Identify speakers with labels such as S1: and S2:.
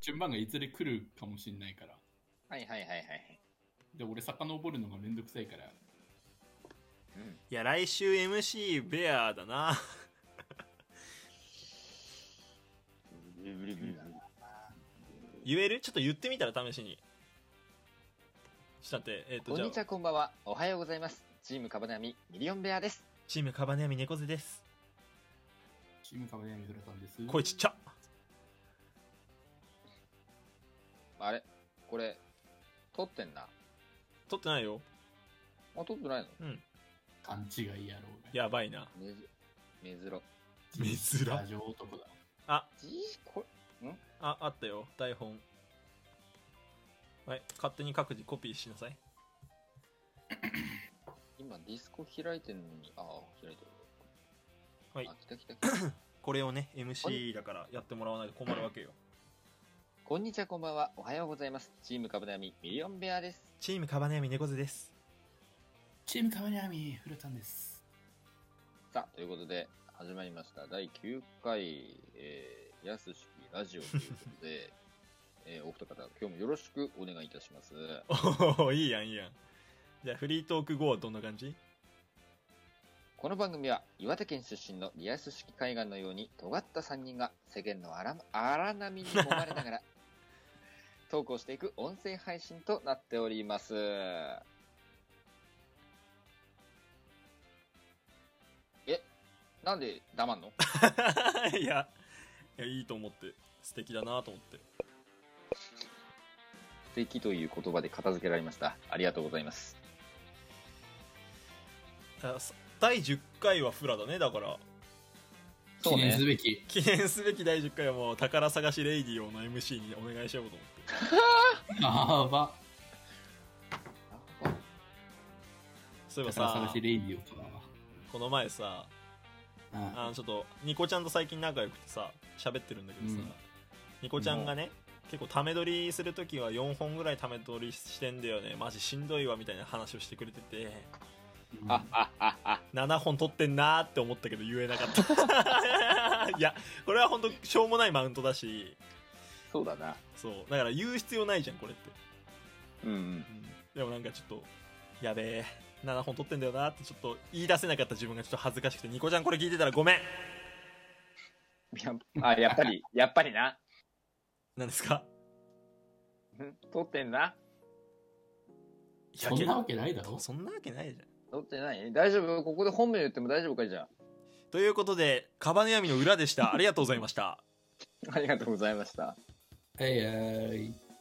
S1: 順番がいずれ来るかもしんないから
S2: はいはいはいはい。
S1: で俺遡るのがめんどくさいから
S2: うん。
S3: いや、来週 MC ベアだな。
S4: ブルブルブルブル
S3: 言えるちょっと言ってみたら試しに。ちょっと待って、えっ、、
S2: ことん
S3: じゃ
S2: に
S3: あ
S2: ち、はこんばんは。おはようございます。チームカバナミミリオンベアです。
S3: チームカバネアミ猫背です。
S1: チームカバネアミドラさんです
S3: 声ちっちゃ。
S2: あれこれ、撮ってんな。
S3: 撮ってないよ。
S2: あ、撮ってないの
S3: うん。
S1: 勘違いやろうが
S3: やばいな。
S2: めず、めずろ。
S3: 珍しい
S1: ラジオ男だ
S2: じーこ
S3: あ、あったよ。台本。はい。勝手に各自コピーしなさい。
S2: 今ディスコ開いてんのに、ああ、開いてる。
S3: はい
S2: あ、来た来た来た。
S3: これをね、MC だからやってもらわないと困るわけよ。
S2: こんにちは、こんばんは。おはようございます。チームカバナミミリオンベアです。
S3: チームカバネアミ猫背です。
S1: チームカバネアミフルタンです
S2: さあ、ということで、始まりました。第9回、えー、やすしきラジオということで、えー、お二方、今日もよろしくお願いいたします。
S3: お おいいやん、いいやん。じゃあ、フリートーク後はどんな感じ
S2: この番組は岩手県出身のリアス式海岸のように尖った3人が世間の荒荒波に揉まれながら投稿していく音声配信となっております。えなんで黙んの
S3: いや、いや、いいと思って、素敵だなと思って。
S2: 素敵という言葉で片付けられました。ありがとうございます。
S3: あそ第10回はフラだね、だから。
S2: そう
S1: 記念す
S2: ね。
S1: べき
S3: 記念すべき第10回はもう、宝探しレイディオの MC にお願いしようと思って。
S1: やば
S3: そういえば
S1: 宝探
S3: さ
S1: し、レイディオか
S3: この前さ、
S1: な
S3: あのちょっとニコちゃんと最近仲良くてさ喋ってるんだけどさ、
S1: うん
S3: ニコちゃんがね結構ため撮りする時は4本ぐらいため撮りしてんだよねマジしんどいわみたいな話をしてくれてて
S1: うん
S2: あ、あ、あ、あ、
S3: 7本撮ってんなーって思ったけど言えなかった いやこれは本当しょうもないマウントだし
S2: そうだな。
S3: そうだから言う必要ないじゃんこれっ
S2: うん
S3: て、
S2: うん。
S3: うんでもなんかちょっとやべえ7本撮ってんだよなーってちょっと言い出せなかった自分がちょっと恥ずかしくてニコちゃんこれ聞いてたらごめん
S2: やあ、やっぱり、やっぱりな。
S3: なんですか
S2: うん撮ってんな。
S3: いや
S1: そんなわけないだろ
S3: そんなわけないじゃん
S2: 撮ってない大丈夫ここで本名言っても大丈夫かじゃあ。
S3: ということで、カバネヤミの裏でした。ありがとうございました。
S2: ありがとうございました。
S1: はいはい